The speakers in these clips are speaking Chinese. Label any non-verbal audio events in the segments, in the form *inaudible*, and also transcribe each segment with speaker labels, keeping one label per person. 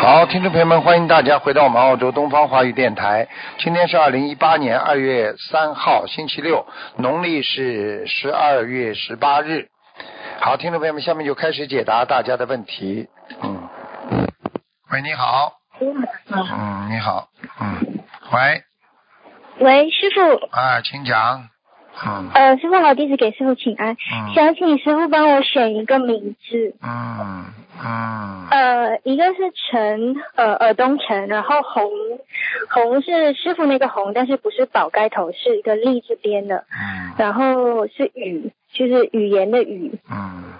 Speaker 1: 好，听众朋友们，欢迎大家回到我们澳洲东方华语电台。今天是二零一八年二月三号，星期六，农历是十二月十八日。好，听众朋友们，下面就开始解答大家的问题。嗯，喂，你好，嗯，你好，嗯，喂，
Speaker 2: 喂，师傅，
Speaker 1: 啊，请讲，嗯
Speaker 2: 呃，师傅好，弟子给师傅请安，
Speaker 1: 嗯
Speaker 2: 想请师傅帮我选一个名字，
Speaker 1: 嗯嗯
Speaker 2: 呃，一个是陈，呃，尔东陈，然后红，红是师傅那个红，但是不是宝盖头，是一个立字边的，
Speaker 1: 嗯
Speaker 2: 然后是语，就是语言的语，
Speaker 1: 嗯，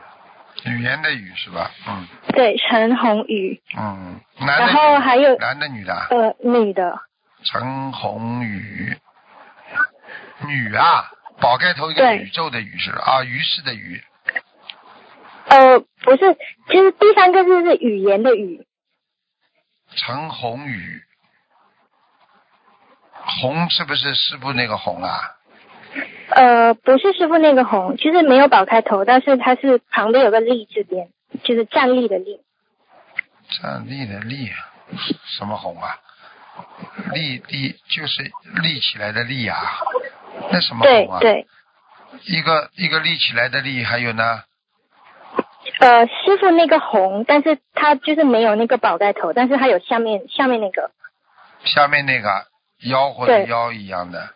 Speaker 1: 语言的语是吧？嗯
Speaker 2: 对，陈红宇，
Speaker 1: 嗯，男的
Speaker 2: 然后还有
Speaker 1: 男的女的啊？
Speaker 2: 呃女的，
Speaker 1: 陈红宇，女啊，宝盖头一个
Speaker 2: 对
Speaker 1: 宇宙的宇是吧啊，于是的于，
Speaker 2: 呃，不是，就是第三个字是语言的语，
Speaker 1: 陈红宇，红是不是师傅那个红啊？
Speaker 2: 呃，不是师傅那个红，就是没有宝开头，但是它是旁边有个立字边，就是站立的立。
Speaker 1: 站立的立，啊什么红啊？立立就是立起来的立啊，那什么
Speaker 2: 对
Speaker 1: 红啊？
Speaker 2: 对，
Speaker 1: 一个一个立起来的立，还有呢，
Speaker 2: 呃，师傅那个红，但是它就是没有那个宝盖头，但是它有下面下面那个，
Speaker 1: 下面那个吆喝的
Speaker 2: 对
Speaker 1: 吆一样的，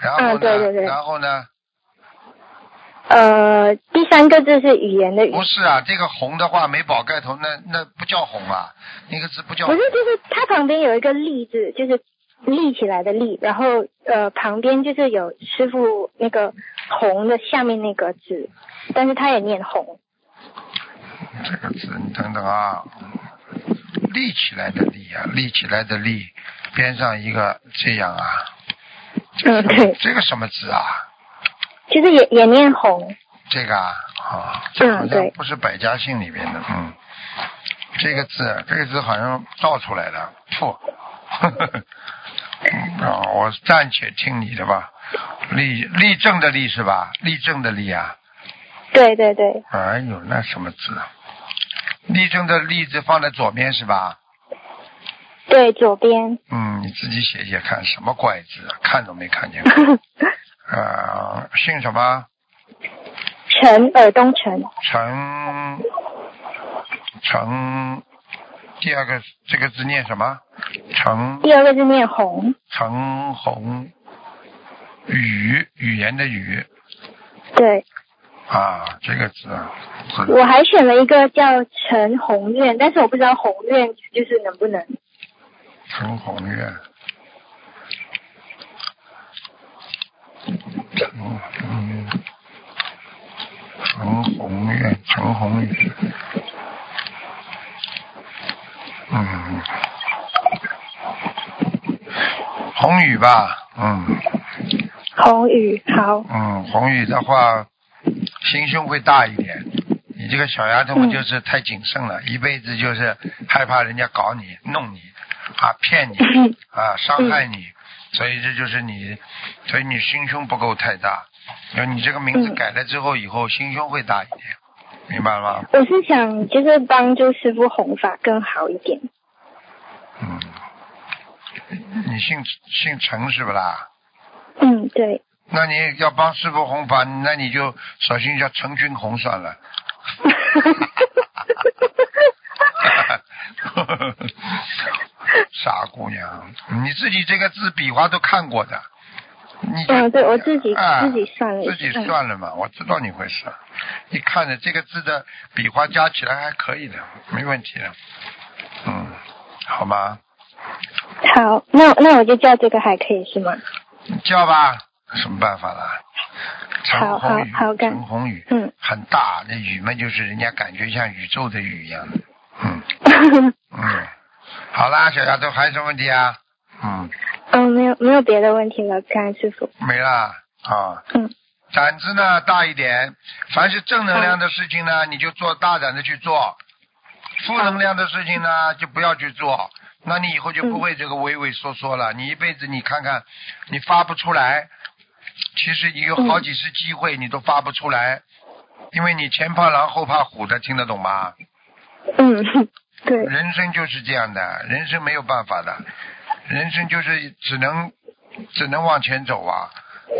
Speaker 1: 然后呢，
Speaker 2: 嗯对对对
Speaker 1: 然后呢，
Speaker 2: 呃，第三个字是语言的语，
Speaker 1: 不是啊，这个红的话没宝盖头，那那不叫红啊，那个字不叫
Speaker 2: 不
Speaker 1: 红
Speaker 2: 是，就是它旁边有一个立字，就是立起来的立，然后呃旁边就是有师傅那个红的下面那个字，但是它也念红，
Speaker 1: 这个字。你等等啊，立起来的立啊，立起来的立，边上一个这样啊，
Speaker 2: 嗯对，
Speaker 1: 这个什么字啊？
Speaker 2: 就是也也念红，
Speaker 1: 这个啊，啊，这好像
Speaker 2: 嗯对
Speaker 1: 不是百家姓里面的，嗯，这个字，这个字好像造出来的，噗， *laughs* 嗯啊，我暂且听你的吧，立立正的立是吧？立正的立啊，
Speaker 2: 对对对
Speaker 1: 哎呦，那什么字啊？立正的立字放在左边是吧？
Speaker 2: 对，左边， *laughs*
Speaker 1: 嗯，你自己写写看，什么怪字啊？看都没看见过。呃，姓什么？
Speaker 2: 陈尔东陈，
Speaker 1: 陈陈，第二个这个字念什么？陈
Speaker 2: 第二个字念红，
Speaker 1: 陈红语语言的语
Speaker 2: 对。
Speaker 1: 啊，这个字啊字
Speaker 2: 我还选了一个叫陈红院，但是我不知道红院就是能不能。
Speaker 1: 陈红月。陈红，陈红月，陈红宇。嗯，红宇吧，嗯
Speaker 2: 红宇，好，
Speaker 1: 嗯，红宇的话，心胸会大一点。你这个小丫头
Speaker 2: 嗯
Speaker 1: 就是太谨慎了，一辈子就是害怕人家搞你、弄你啊、骗你，
Speaker 2: 嗯
Speaker 1: 啊，伤害你，所以这就是你，所以你心胸不够太大。然后你这个名字
Speaker 2: 嗯
Speaker 1: 改了之后，以后心胸会大一点，明白了吗？
Speaker 2: 我是想就是帮助师傅弘法更好一点。
Speaker 1: 嗯，你姓姓陈是不啦？
Speaker 2: 嗯，对，
Speaker 1: 那你要帮师傅弘法，那你就索性叫陈君红算
Speaker 2: *laughs*
Speaker 1: 了。傻姑娘，你自己这个字笔画都看过的，你就
Speaker 2: 嗯，对我自己、
Speaker 1: 啊
Speaker 2: 自己算了一
Speaker 1: 自己
Speaker 2: 下，嗯
Speaker 1: 算了嘛，我知道你会算。一看着这个字的笔画加起来还可以的，没问题的。嗯，好吗？
Speaker 2: 好，那那我就叫这个还可以是吗？ *laughs*
Speaker 1: 你叫吧，有什么办法啦？陈
Speaker 2: 好
Speaker 1: 红宇，
Speaker 2: 好好干
Speaker 1: 陈红宇
Speaker 2: 嗯，
Speaker 1: 很大，那宇嘛就是人家感觉像宇宙的宇一样的。嗯嗯，好啦，小丫头还有什么问题啊？嗯，
Speaker 2: 嗯，没有没有别的问题了，感恩师傅。
Speaker 1: 没啦啊。
Speaker 2: 嗯，
Speaker 1: 胆子呢大一点，凡是正能量的事情呢，你就做大胆的去做；负能量的事情呢，就不要去做。那你以后就不会这个畏畏缩缩了。你一辈子你看看，你发不出来，其实你有好几次机会你都发不出来，因为你前怕狼后怕虎的，听得懂吗？
Speaker 2: 嗯， *laughs* 对，
Speaker 1: 人生就是这样的，人生没有办法的，人生就是只能只能往前走啊，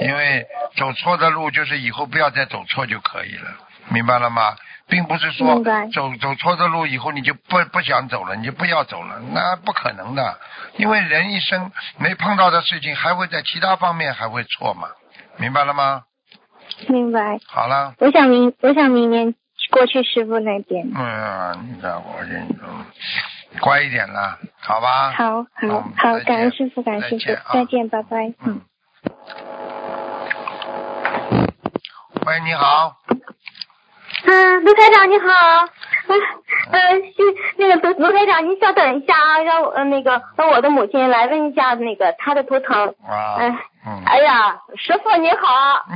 Speaker 1: 因为走错的路就是以后不要再走错就可以了，明白了吗？并不是说
Speaker 2: 明白
Speaker 1: 走走错的路以后你就不不想走了，你就不要走了，那不可能的，因为人一生没碰到的事情还会在其他方面还会错嘛，明白了吗？
Speaker 2: 明白。
Speaker 1: 好了。
Speaker 2: 我想明，我想明年过去师傅那边。
Speaker 1: 嗯，你看我跟你说，乖一点啦，好吧？
Speaker 2: 好好
Speaker 1: 嗯
Speaker 2: 好
Speaker 1: 再，见
Speaker 2: 感恩师傅，感恩
Speaker 1: 再
Speaker 2: 师傅
Speaker 1: 见啊，
Speaker 2: 再见，拜拜。嗯
Speaker 1: 嗯。喂，你好，
Speaker 3: 嗯，卢台长你好，嗯呃，是那个卢卢台长，您稍等一下啊，让我呃那个让我的母亲来问一下那个她的图腾。
Speaker 1: 啊，
Speaker 3: 嗯、
Speaker 1: 嗯，
Speaker 3: 哎呀，师傅你好，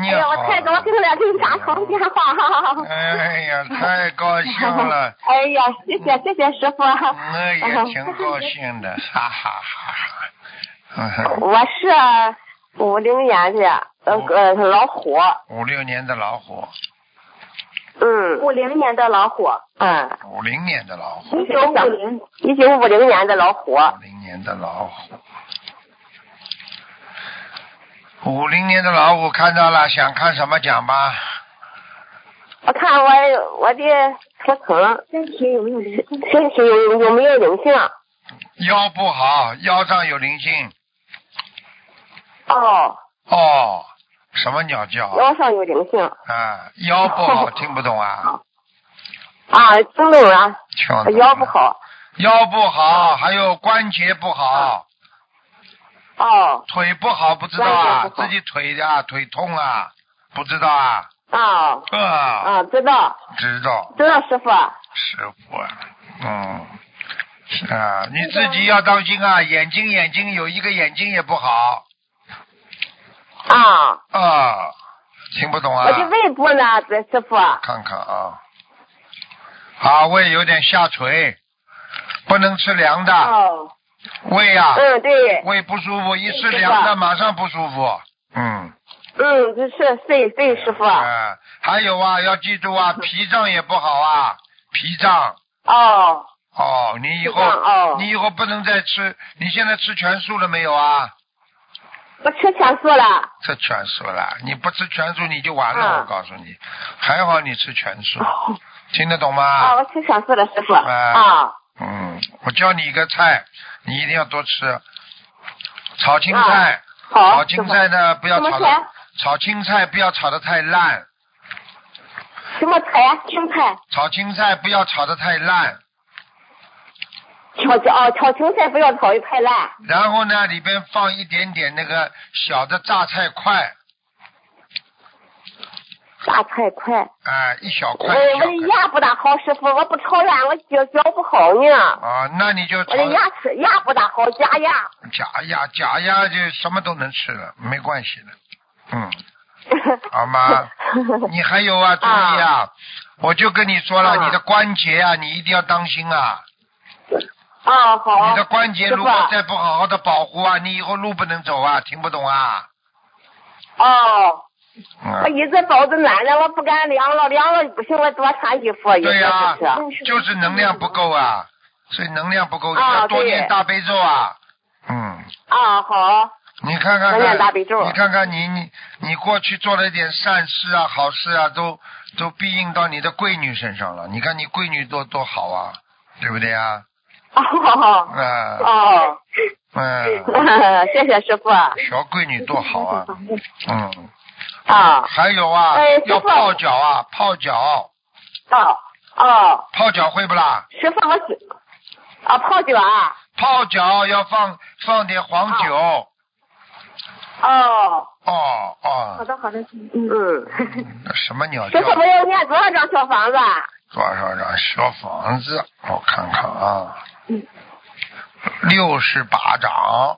Speaker 1: 你好
Speaker 3: 哎呀，我太高兴了，给你打通电话，哈哈哈。
Speaker 1: 哎呀，太高兴 *laughs* 了，
Speaker 3: *laughs* 哎呀，谢谢谢谢师傅。啊
Speaker 1: 我也挺高兴的，哈哈哈哈。嗯 *laughs* 哦哼，
Speaker 3: 我是五零年的，呃呃老虎，
Speaker 1: 五六年的老虎，
Speaker 3: 嗯，五零年的老虎，嗯，
Speaker 1: 五零年的老虎，
Speaker 3: 一九五零一九五零年的老虎，
Speaker 1: 五零年的老虎。五零年的老虎看到了，想看什么讲吧？
Speaker 3: 我看我我的图腾
Speaker 2: 身体有没有灵？
Speaker 3: 身体有有没有灵性？啊
Speaker 1: 腰不好，腰上有灵性。
Speaker 3: 哦，
Speaker 1: 哦，什么鸟叫？
Speaker 3: 腰上有灵性
Speaker 1: 啊，腰不好，听不懂啊？
Speaker 3: 啊，听懂了，
Speaker 1: 听懂了
Speaker 3: 腰不，好。
Speaker 1: 腰不好，还有关节不好，
Speaker 3: 哦
Speaker 1: 腿不好，不知道啊，
Speaker 3: 关节不好
Speaker 1: 自己腿啊，腿痛啊，不知道啊，
Speaker 3: 啊
Speaker 1: 啊，
Speaker 3: 啊，知道
Speaker 1: 知道，
Speaker 3: 知道，师傅。
Speaker 1: 师傅啊，嗯，是啊，你自己要当心啊，眼睛眼睛有一个眼睛也不好
Speaker 3: 啊，
Speaker 1: 啊，听不懂啊
Speaker 3: 我？的胃部呢，这师傅。
Speaker 1: 看看啊，啊，胃有点下垂，不能吃凉的，
Speaker 3: 哦，
Speaker 1: 胃啊，
Speaker 3: 嗯，对，
Speaker 1: 胃不舒服，一吃
Speaker 3: 是的
Speaker 1: 凉的马上不舒服。嗯，
Speaker 3: 嗯，这是嗯对对，师傅。
Speaker 1: 哎还有啊，要记住啊，脾脏也不好啊，脾脏。
Speaker 3: 哦，
Speaker 1: 哦，你以后、
Speaker 3: 脾脏哦
Speaker 1: 你以后不能再吃，你现在吃全素了没有啊？
Speaker 3: 我吃全素了。
Speaker 1: 吃全素了，你不吃全素你就完了，
Speaker 3: 嗯
Speaker 1: 我告诉你。还好你吃全素，
Speaker 3: 哦，
Speaker 1: 听得懂
Speaker 3: 啊，
Speaker 1: 吗？
Speaker 3: 我吃全素了，师傅。
Speaker 1: 哎
Speaker 3: 啊，
Speaker 1: 嗯，我教你一个菜，你一定要多吃，炒青菜。
Speaker 3: 啊好
Speaker 1: 炒，
Speaker 3: 师
Speaker 1: 青
Speaker 3: 傅。
Speaker 1: 菜呢，不要
Speaker 3: 什么
Speaker 1: 炒
Speaker 3: 菜
Speaker 1: 的，炒青菜不要炒的太烂。
Speaker 3: 什么菜？青菜。
Speaker 1: 炒青菜不要炒的太烂，
Speaker 3: 炒青哦，炒青菜不要炒的太烂。
Speaker 1: 然后呢里边放一点点那个小的榨菜块，
Speaker 3: 榨菜快。
Speaker 1: 啊、一小
Speaker 3: 哎我
Speaker 1: 块一小块。
Speaker 3: 我的牙不大好，师傅，我不抽烟，我脚脚不好呢。
Speaker 1: 啊，那你就炒
Speaker 3: 我的牙齿牙不大好，假牙。
Speaker 1: 假牙，假牙就什么都能吃了，没关系的。嗯，好
Speaker 3: *laughs*
Speaker 1: 吗？你还有啊，注意啊，我就跟你说了，
Speaker 3: 啊
Speaker 1: 你的关节啊，你一定要当心啊。
Speaker 3: 啊，好。
Speaker 1: 你的关节
Speaker 3: 师
Speaker 1: 如
Speaker 3: 傅
Speaker 1: 果再不好好的保护啊，你以后路不能走啊，听不懂啊？
Speaker 3: 哦，我
Speaker 1: 嗯，
Speaker 3: 一直保着暖的，我不敢凉了，凉了不行，我多穿衣服。
Speaker 1: 对呀、
Speaker 3: 呀、啊。
Speaker 1: 就是能量不够啊，所以能量不够，
Speaker 3: 啊
Speaker 1: 要多念
Speaker 3: 对
Speaker 1: 大悲咒啊。嗯，
Speaker 3: 啊，好。
Speaker 1: 你看看看，
Speaker 3: 多念大悲咒
Speaker 1: 你看看你你你过去做了一点善事啊、好事啊，都都庇应到你的闺女身上了。你看你闺女多多好啊，对不对啊？
Speaker 3: 哦。
Speaker 1: 啊
Speaker 3: 哦。 *laughs*
Speaker 1: 嗯，
Speaker 3: 谢谢师傅。
Speaker 1: 小闺女多好啊，嗯。
Speaker 3: 啊。
Speaker 1: 还有啊
Speaker 3: 哎师，傅
Speaker 1: 要泡脚啊，泡脚，
Speaker 3: 哦。哦。
Speaker 1: 泡脚会不啦？
Speaker 3: 师傅，我是啊泡脚啊。
Speaker 1: 泡脚要放放点黄酒，
Speaker 3: 哦。
Speaker 1: 哦
Speaker 2: 好
Speaker 1: 哦，
Speaker 2: 的好的，
Speaker 3: 嗯。
Speaker 1: 嗯什么鸟
Speaker 3: *laughs* 师
Speaker 1: 叫？
Speaker 3: 傅我要念多少张小房子？啊？
Speaker 1: 多少张小房子？我看看啊，
Speaker 2: 嗯
Speaker 1: 六十八张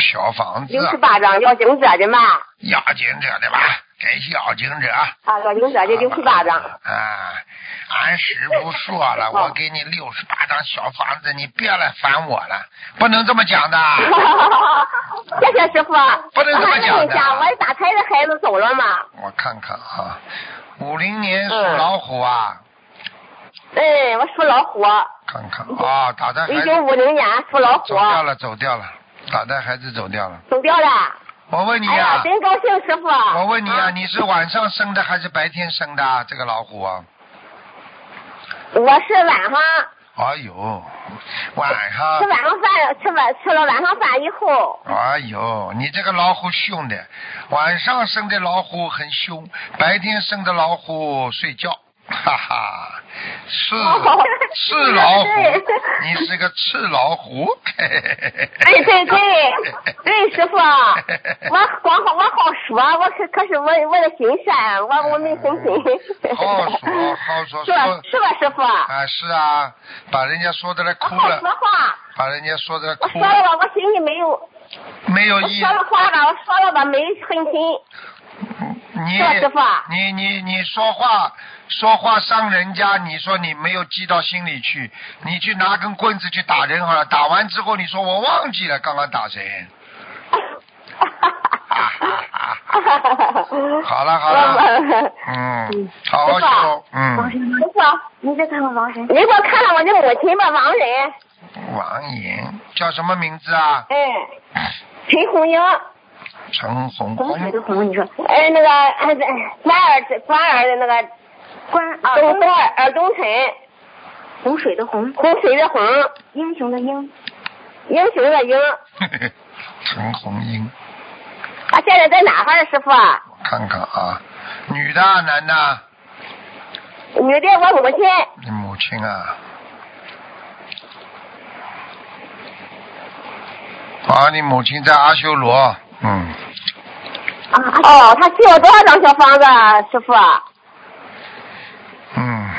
Speaker 1: 小房子
Speaker 3: 六，十八张要经
Speaker 1: 啊
Speaker 3: 者的嘛，
Speaker 1: 要经者的吧？给要经者。
Speaker 3: 啊，要经者的六十八哦张。
Speaker 1: 啊，俺师傅说了，我给你六十八张小房子，你别来烦我了，不能这么讲的。
Speaker 3: *laughs* *laughs* 谢谢师傅。
Speaker 1: 不能这么讲的
Speaker 3: 我还问一下，我打胎的孩子走了吗？嗯
Speaker 1: 我看看啊，五零年属老虎啊，
Speaker 3: 哎，我属老虎，
Speaker 1: 看看啊，打胎
Speaker 3: 一
Speaker 1: 孩
Speaker 3: 九
Speaker 1: 子
Speaker 3: 五零年属老虎
Speaker 1: 走，掉了，走掉了，打胎孩子走掉了。
Speaker 3: 走掉了。
Speaker 1: 我问你啊
Speaker 3: 哎
Speaker 1: 呀、
Speaker 3: 呀，真高兴，师傅。
Speaker 1: 我问你啊，
Speaker 3: 啊，
Speaker 1: 你是晚上生的还是白天生的啊？这个老虎啊，
Speaker 3: 我是晚上
Speaker 1: 哎呦，晚上
Speaker 3: 吃，晚上饭，吃晚吃了晚上饭以后，
Speaker 1: 哎呦，你这个老虎凶的，晚上生的老虎很凶，白天生的老虎睡觉，哈哈，是
Speaker 3: 哦
Speaker 1: 是老虎
Speaker 3: *laughs* 对，
Speaker 1: 你是个赤老虎，嘿嘿嘿嘿 *laughs*
Speaker 3: 哎，对对对，师傅，啊我光好我好说，我可可是我我的心善，我我没分心。
Speaker 1: 哦好说好说
Speaker 3: *laughs* 是
Speaker 1: 说
Speaker 3: 吧是吧，师傅？
Speaker 1: 啊，是啊，把人家说的来哭
Speaker 3: 我好说
Speaker 1: 了，
Speaker 3: 话，
Speaker 1: 把人家说的来
Speaker 3: 我
Speaker 1: 哭
Speaker 3: 说了
Speaker 1: 了，
Speaker 3: 吧，我心里没有，我
Speaker 1: 没有意义
Speaker 3: 说。了话吧，我说了吧，没分心。
Speaker 1: 你
Speaker 3: 是吧师傅
Speaker 1: 你你你说话说话伤人家，你说你没有记到心里去，你去拿根棍子去打人好了，打完之后你说我忘记了刚刚打谁，啊好
Speaker 3: *laughs*
Speaker 1: 了啊好了，嗯，好好
Speaker 3: 师傅
Speaker 1: 修，嗯，
Speaker 3: 师傅，你再看看王神。你给我看看我的母亲吧，王人，
Speaker 1: 王莹叫什么名字啊？
Speaker 3: 哎，陈红英，
Speaker 1: 陈红
Speaker 4: 洪水的
Speaker 1: 红，
Speaker 4: 洪，你说
Speaker 3: 哎，那个哎，哎关二关二的那个
Speaker 4: 关啊，
Speaker 3: 东东二耳东陈，
Speaker 4: 洪水的洪，
Speaker 3: 洪水的洪，
Speaker 4: 英雄的英，
Speaker 3: 英雄的英。
Speaker 1: *laughs* 陈红英，
Speaker 3: 啊，现在在哪哈，师傅？
Speaker 1: 我看看啊，女的啊男的啊？
Speaker 3: 女的，我母亲。
Speaker 1: 你母亲啊？啊，你母亲在阿修罗，嗯，
Speaker 4: 啊
Speaker 3: 哦，她需要多少张小房子啊，师傅？
Speaker 1: 嗯，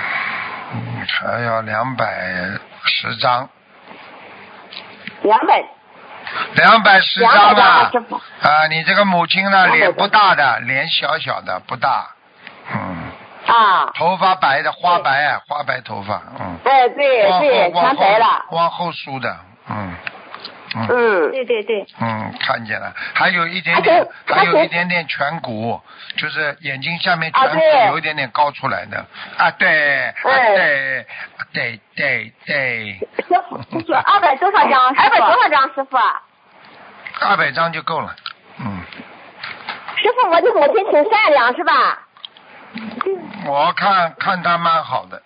Speaker 1: 嗯还要两百十张，
Speaker 3: 两百，
Speaker 1: 两百十
Speaker 3: 两百
Speaker 1: 张
Speaker 3: 张啊
Speaker 1: 吧
Speaker 3: 师傅。
Speaker 1: 啊，你这个母亲呢，
Speaker 3: 200
Speaker 1: 脸不大的，脸小小的，不大，嗯，
Speaker 3: 啊。
Speaker 1: 头发白的，花白啊，花白头发，嗯，
Speaker 3: 哎，
Speaker 4: 哦
Speaker 3: 对
Speaker 1: 往后
Speaker 3: 对，
Speaker 1: 往
Speaker 3: 全
Speaker 1: 后
Speaker 3: 白了。
Speaker 1: 往后梳的，嗯，嗯。
Speaker 3: 嗯，
Speaker 4: 对对对，
Speaker 1: 嗯，看见了，还有一点点，
Speaker 3: 而且
Speaker 1: 还
Speaker 3: 而
Speaker 1: 有
Speaker 3: 且
Speaker 1: 一点点颧骨，就是眼睛下面
Speaker 3: 啊
Speaker 1: 颧
Speaker 3: 对
Speaker 1: 骨有一点点高出来的，啊对，啊
Speaker 3: 嗯
Speaker 1: 对，啊对对对，
Speaker 3: 师傅，师傅，二百多少张？二百多少张，师傅？啊
Speaker 4: 啊
Speaker 1: 二百张就够了，嗯，
Speaker 3: 师傅，我的母亲挺善良，是吧？
Speaker 1: 我看看他蛮好的，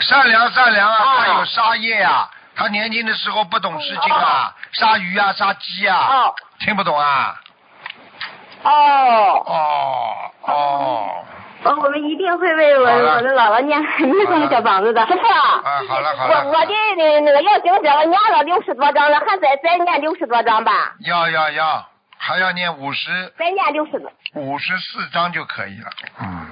Speaker 1: 善良善良啊，
Speaker 3: 啊
Speaker 1: 他有杀业啊，他年轻的时候不懂事情啊，杀鱼啊，杀鸡啊，
Speaker 3: 哦
Speaker 1: 听不懂啊，
Speaker 3: 哦，
Speaker 1: 哦哦，
Speaker 4: 哦，我们一定会为我
Speaker 1: 好了
Speaker 4: 我的姥姥念 *laughs* 念
Speaker 1: 好了
Speaker 4: 那小房子的
Speaker 3: 师。傅。
Speaker 1: 啊好了好
Speaker 3: 我
Speaker 1: 了好
Speaker 3: 我
Speaker 1: 了
Speaker 3: 的，那那个药经者，我念了六十多张了，还再再念六十多张吧，
Speaker 1: 要要要，还要念五十。
Speaker 3: 再念六十多，
Speaker 1: 五十四张就可以了。嗯，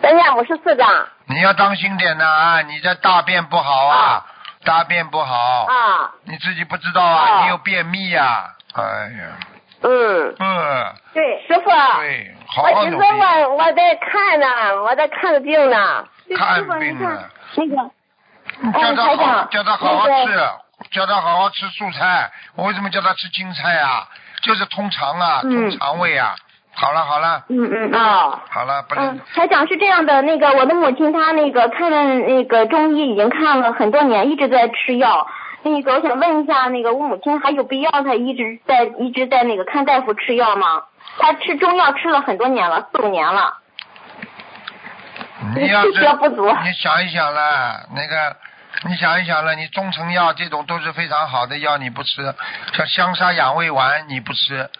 Speaker 3: 再念五十四张
Speaker 1: 你要当心点呐、啊，你这大便不好啊，
Speaker 3: 啊
Speaker 1: 大便不好，
Speaker 3: 啊，
Speaker 1: 你自己不知道啊，
Speaker 3: 啊
Speaker 1: 你有便秘呀、哎呀，
Speaker 3: 嗯，
Speaker 1: 嗯，
Speaker 3: 对，师傅，
Speaker 1: 对，哎好
Speaker 3: 我
Speaker 1: 好
Speaker 3: 一直
Speaker 1: 努力，
Speaker 3: 我我在看呢，我在看病呢，哎
Speaker 1: 看
Speaker 4: 师傅，你
Speaker 1: 病
Speaker 4: 看
Speaker 1: 了，
Speaker 4: 那个
Speaker 1: 叫他
Speaker 3: 嗯台
Speaker 1: 好，
Speaker 3: 长
Speaker 1: 叫他好好
Speaker 3: 那
Speaker 1: 吃
Speaker 3: 个，
Speaker 1: 叫他好好吃素菜。我为什么叫他吃青菜啊？就是通肠啊，
Speaker 4: 嗯
Speaker 1: 通肠胃啊。好了好了
Speaker 4: 嗯嗯嗯
Speaker 3: 啊，
Speaker 1: 好了，不能
Speaker 4: 嗯，台长是这样的，那个我的母亲她那个看了那个中医已经看了很多年，一直在吃药。那个我想问一下，那个我母亲还有必要她一直在一直在那个看大夫吃药吗？她吃中药吃了很多年了，四五年了。
Speaker 3: 嗯
Speaker 1: 你要
Speaker 3: *laughs*
Speaker 1: 是
Speaker 4: 需要不足
Speaker 1: 哎
Speaker 4: 啊
Speaker 1: 你想一想啦，那个，你想一想了，你中成药这种都是非常好的药，你不吃，像香砂养胃丸你不吃，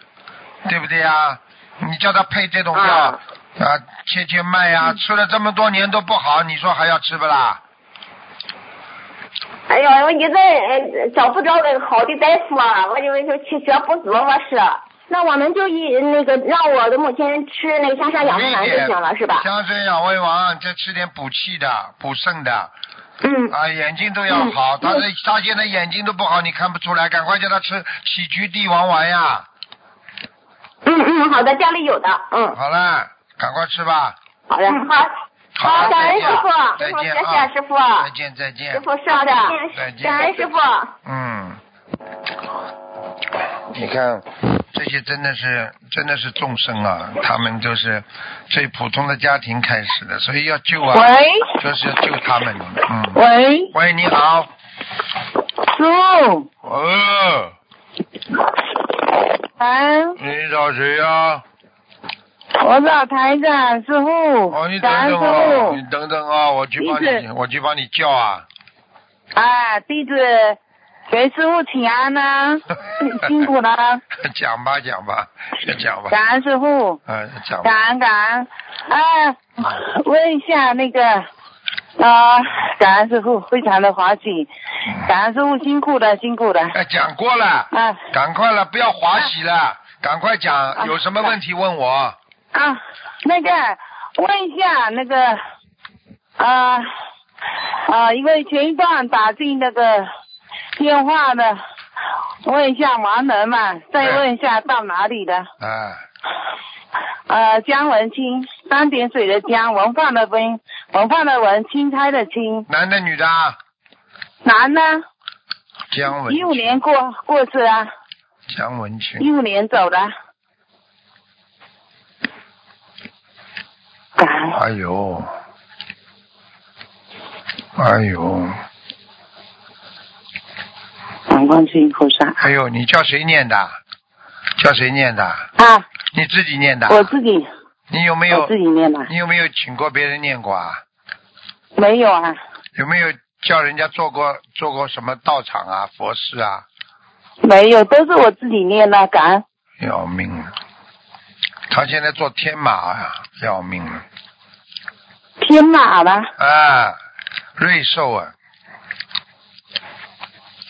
Speaker 1: 对不对呀？你叫他配这种药啊
Speaker 3: 啊
Speaker 1: 切切脉
Speaker 4: 嗯
Speaker 1: 呀、吃了这么多年都不好，你说还要吃不啦？
Speaker 3: 哎呦，我一直呃找不着个好的大夫啊，我就就气血不足，我是，
Speaker 4: 那我们就一那个让我的母亲吃那个香砂养胃丸就行了，是吧？
Speaker 1: 哎香参养胃丸，再吃点补气的、补肾的
Speaker 4: 嗯，
Speaker 1: 啊，眼睛都要好。他这他现在眼睛都不好，你看不出来，赶快叫他吃杞菊地黄丸呀。
Speaker 4: 嗯嗯，好的，家里有的，嗯，
Speaker 1: 好了，赶快吃吧。
Speaker 4: 好的，
Speaker 3: 嗯好，
Speaker 1: 好，
Speaker 3: 感
Speaker 1: 再
Speaker 3: 恩
Speaker 1: 见啊
Speaker 3: 师傅，好
Speaker 1: 再
Speaker 3: 谢
Speaker 1: 见啊，
Speaker 3: 谢师傅，
Speaker 1: 再见再
Speaker 3: 师
Speaker 1: 见，
Speaker 3: 傅是的，
Speaker 1: 再见
Speaker 3: 感恩师傅。
Speaker 1: 嗯。你看，这些真的是真的是众生啊，他们就是最普通的家庭开始的，所以要救啊，
Speaker 5: 喂
Speaker 1: 就是要救他们。嗯，
Speaker 5: 喂，
Speaker 1: 喂，你好，
Speaker 5: 叔，
Speaker 1: 哦，
Speaker 5: 哎，
Speaker 1: 你找谁呀、啊？
Speaker 5: 我找台长师傅
Speaker 1: 哦，你，等
Speaker 5: 感恩
Speaker 1: 等哦，
Speaker 5: 师
Speaker 1: 你等等哦，我去帮
Speaker 5: 你
Speaker 1: 你，我去帮你叫啊。
Speaker 5: 傅，啊，弟子给师傅请安呐、
Speaker 1: *laughs*
Speaker 5: 辛苦了，
Speaker 1: 讲吧讲吧，先讲吧，
Speaker 5: 感恩师傅，
Speaker 1: 嗯，讲吧。
Speaker 5: 感恩感恩，啊，问一下那个，啊，感恩师傅，非常的欢喜，感恩师傅辛苦了辛苦了，
Speaker 1: 哎，讲过了，
Speaker 5: 啊
Speaker 1: 赶快了，不要滑洗了，赶快讲，
Speaker 5: 啊
Speaker 1: 有什么问题问我。
Speaker 5: 啊，那个问一下那个，啊啊，因为前一段打进那个电话的，问一下盲人嘛，再问一下到哪里的？
Speaker 1: 哎，
Speaker 5: 呃，姜文清，三点水的姜，文化的文，文化的文，钦差的钦，
Speaker 1: 男的女的啊？
Speaker 5: 男呢？
Speaker 1: 姜文
Speaker 5: 一五年过过世啊，
Speaker 1: 姜文清
Speaker 5: 一五年走的。感恩
Speaker 1: 哎呦，哎呦，
Speaker 5: 感观世音菩萨
Speaker 1: 哎呦，你叫谁念的？叫谁念的？
Speaker 5: 啊！
Speaker 1: 你自己念的？
Speaker 5: 我自己，
Speaker 1: 你有没
Speaker 5: 我
Speaker 1: 有
Speaker 5: 自己念的，
Speaker 1: 你有没有请过别人念过啊？
Speaker 5: 没有啊，
Speaker 1: 有没有叫人家做过做过什么道场啊、佛事啊？
Speaker 5: 没有，都是我自己念的，感恩。
Speaker 1: 要命了！他现在做天马啊，要命了！
Speaker 5: 天马了，
Speaker 1: 啊，瑞兽啊，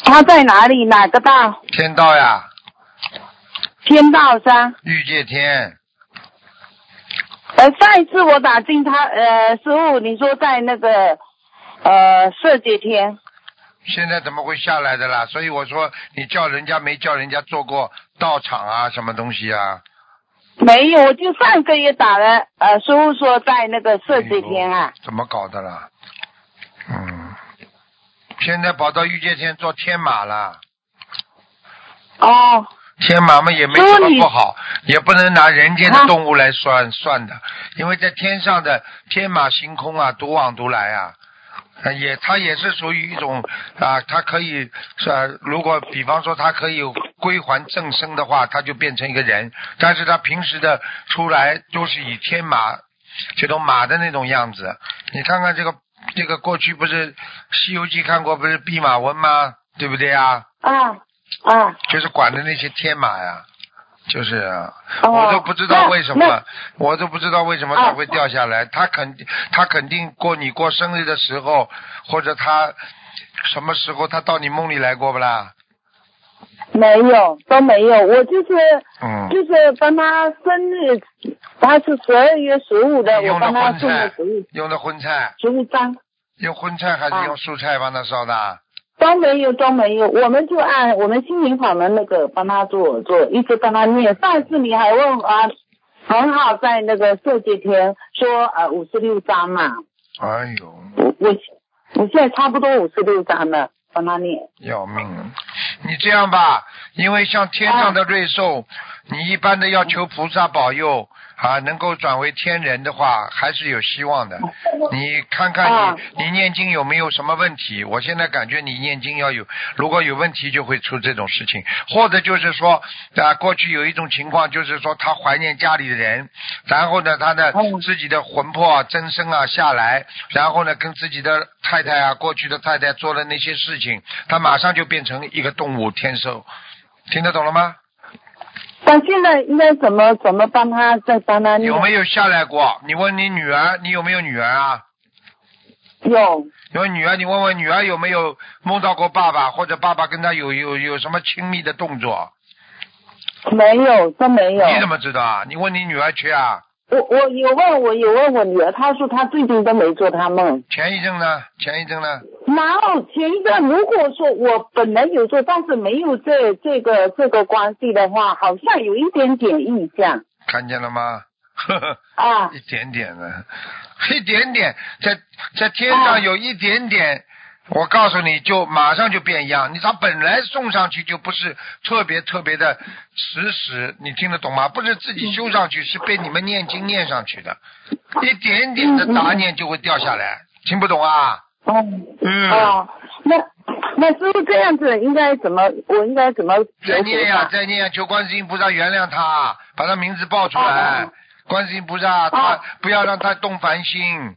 Speaker 5: 他在哪里？哪个道？
Speaker 1: 天道呀，
Speaker 5: 天道山。
Speaker 1: 玉界天，
Speaker 5: 呃，上一次我打进他，呃，师傅，你说在那个，呃，色界天。
Speaker 1: 现在怎么会下来的啦？所以我说你叫人家没叫人家做过道场啊，什么东西啊？
Speaker 5: 没有，我就上个月打了，呃，师傅说在那个色界天啊
Speaker 1: 哎，呦怎么搞的啦？嗯，现在跑到玉界天做天马了，哎
Speaker 5: 哦，
Speaker 1: 天马嘛也没什么不好，也不能拿人间的动物来算算的，因为在天上的天马行空啊，独往独来啊。呃也，它也是属于一种啊，它可以是、啊如果比方说它可以归还正身的话，它就变成一个人，但是它平时的出来都是以天马这种马的那种样子。你看看这个这个过去不是《西游记》看过不是弼马温吗？对不对啊？
Speaker 5: 啊啊，
Speaker 1: 就是管的那些天马呀，就是啊、
Speaker 5: 哦
Speaker 1: 我都不知道为什
Speaker 5: 那哦
Speaker 1: 么
Speaker 5: 那，
Speaker 1: 我都不知道为什么它会掉下来。它肯它肯定过你过生日的时候，或者它什么时候它到你梦里来过不啦？
Speaker 5: 没有，都没有，我就是
Speaker 1: 嗯，
Speaker 5: 就是帮他生日，他是十二月十五的，
Speaker 1: 你
Speaker 5: 我
Speaker 1: 用
Speaker 5: 帮
Speaker 1: 的
Speaker 5: 他
Speaker 1: 荤
Speaker 5: 送了
Speaker 1: 菜
Speaker 5: 十五，
Speaker 1: 用的荤菜，
Speaker 5: 十五张。
Speaker 1: 用荤菜还
Speaker 5: 啊
Speaker 1: 是用蔬菜帮他烧的啊？
Speaker 5: 都没有，都没有，我们就按我们心灵法门那个帮他做做，一直帮他念。上次你还问啊，很好，在那个色界天说呃五十六章嘛，
Speaker 1: 哎呦，
Speaker 5: 我我我现在差不多五十六章了，帮他念。
Speaker 1: 要命了！你这样吧，因为像天上的瑞兽，你一般的要求菩萨保佑啊，能够转为天人的话，还是有希望的。你看看你、
Speaker 5: 啊
Speaker 1: 你念经有没有什么问题？我现在感觉你念经要有，如果有问题就会出这种事情，或者就是说啊，过去有一种情况就是说他怀念家里的人，然后呢，他的
Speaker 5: 嗯
Speaker 1: 自己的魂魄啊、真身啊下来，然后呢，跟自己的太太啊、过去的太太做了那些事情，他马上就变成一个动物天兽，听得懂了吗？
Speaker 5: 但现在应该怎么怎么帮他再帮他念？
Speaker 1: 有没有下来过？你问你女儿，你有没有女儿啊？
Speaker 5: 有
Speaker 1: 有女儿，你问问女儿有没有梦到过爸爸，或者爸爸跟她有有有什么亲密的动作？
Speaker 5: 没有都没有。
Speaker 1: 你怎么知道啊？你问你女儿去啊？
Speaker 5: 我我有问我有问我女儿，她说她最近都没做她梦。
Speaker 1: 前一阵呢？前一阵呢？
Speaker 5: 然后前一个，如果说我本来有做，但是没有这这个这个关系的话，好像有一点点印象
Speaker 1: 看见了吗？ *laughs* 呵呵。
Speaker 5: 啊哦
Speaker 1: 一点点呢，一点点，在在天上有一点点，我告诉你就马上就变样，你他本来送上去就不是特别特别的实实，你听得懂吗？不是自己修上去，是被你们念经念上去的，一点点的杂念就会掉下来，听不懂啊？
Speaker 5: 哦，
Speaker 1: 嗯
Speaker 5: 哦，那那师傅这样子应该怎么？我应该怎么
Speaker 1: 再
Speaker 5: 学
Speaker 1: 念
Speaker 5: 佛
Speaker 1: 呀、
Speaker 5: 法？
Speaker 1: 再念呀、求观世音菩萨原谅他，把他名字报出来。
Speaker 5: 哦
Speaker 1: 观世音菩萨，他、不要让他动凡心。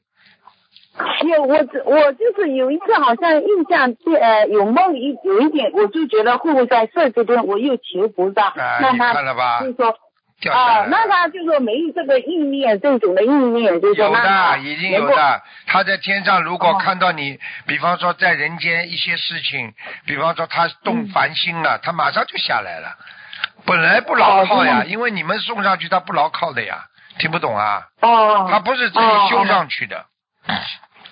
Speaker 5: 有我只我就是有一次好像印象呃有梦一有一点，我就觉得护在这这边，我又求菩萨，
Speaker 1: 哎、
Speaker 5: 让
Speaker 1: 你看
Speaker 5: 他
Speaker 1: 了吧？
Speaker 5: 就说
Speaker 1: 掉下来
Speaker 5: 啊
Speaker 1: 了。，
Speaker 5: 那他就说没有这个意念，这种的意念，就是说
Speaker 1: 有
Speaker 5: 让他
Speaker 1: 的，已经有
Speaker 5: 能够。
Speaker 1: 的。他在天上如果
Speaker 5: 哦
Speaker 1: 看到你，比方说在人间一些事情，比方说他动凡心
Speaker 5: 嗯
Speaker 1: 了，他马上就下来了。本来不牢靠
Speaker 5: 哦
Speaker 1: 呀，因为你们送上去他不牢靠的呀，听不懂啊？
Speaker 5: 哦，
Speaker 1: 他不是自己修上去的。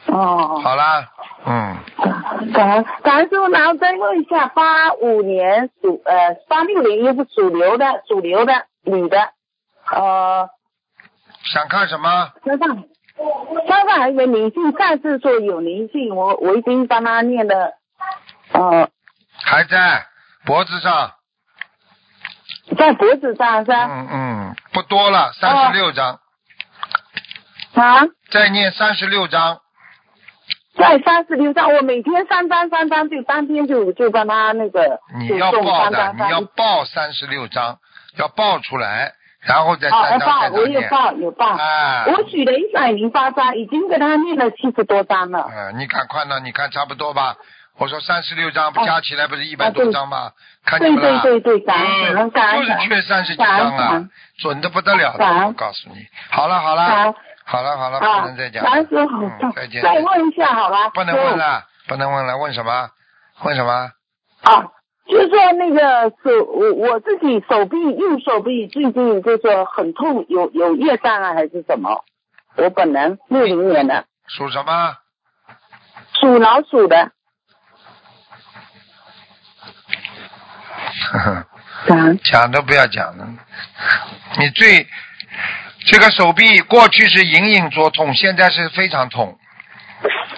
Speaker 5: 哦，
Speaker 1: 好啦，嗯，
Speaker 5: 感恩感恩师傅，然后再问一下，八五年属呃八六年又不属牛的，属牛的女的，呃，
Speaker 1: 想看什么？
Speaker 5: 身上身上还有没灵性？上次说有灵性，我我已经帮他念了，呃，
Speaker 1: 还在脖子
Speaker 5: 啊
Speaker 1: 上。
Speaker 5: 在脖子上是吧？
Speaker 1: 嗯嗯，不多了，三十六
Speaker 5: 哦
Speaker 1: 章，
Speaker 5: 啊，
Speaker 1: 再念三十六章。
Speaker 5: 在三十六张，我每天三张三张，就当天就就帮他那个
Speaker 1: 你
Speaker 5: 就
Speaker 1: 要
Speaker 5: 送
Speaker 1: 报
Speaker 5: 三
Speaker 1: 的，
Speaker 5: 张
Speaker 1: 你
Speaker 5: 三
Speaker 1: 要报三十六章，要报出来，然后再
Speaker 5: 哦，哎
Speaker 1: 三章
Speaker 5: 报
Speaker 1: 再
Speaker 5: 我有
Speaker 1: 念。
Speaker 5: 报有报，
Speaker 1: 哎，
Speaker 5: 我许了一百零八张，已经给他念了七十多张了。
Speaker 1: 嗯，你赶快呢？你看差不多吧？我说三十六章
Speaker 5: 哦
Speaker 1: 加起来不是一百
Speaker 5: 啊
Speaker 1: 多
Speaker 5: 对
Speaker 1: 章吗？看
Speaker 5: 对
Speaker 1: 见不
Speaker 5: 对
Speaker 1: 啦？
Speaker 5: 对对，感恩
Speaker 1: 嗯，
Speaker 5: 感恩感
Speaker 1: 就
Speaker 5: 恩
Speaker 1: 是缺三十几章
Speaker 5: 感
Speaker 1: 啊
Speaker 5: 恩，
Speaker 1: 准的不得了的，
Speaker 5: 感恩
Speaker 1: 我告诉你。好了好
Speaker 5: 感
Speaker 1: 了
Speaker 5: 恩，
Speaker 1: 好了好了，
Speaker 5: 啊！
Speaker 1: 不能再讲
Speaker 5: 感
Speaker 1: 了
Speaker 5: 恩，师傅
Speaker 1: 嗯，再见，
Speaker 5: 再
Speaker 1: 再见
Speaker 5: 问一哦下好吧？
Speaker 1: 不能问了，不能问了，问什么？问什么？
Speaker 5: 啊，就是说那个手，我我自己手臂右手臂最近就是说很痛，有有业障啊还是什么？我本人六零年的，
Speaker 1: 属什么？
Speaker 5: 属老鼠的，
Speaker 1: 呵呵
Speaker 5: 感恩
Speaker 1: 讲都不要讲了。你最这个手臂过去是隐隐作痛，现在是非常痛。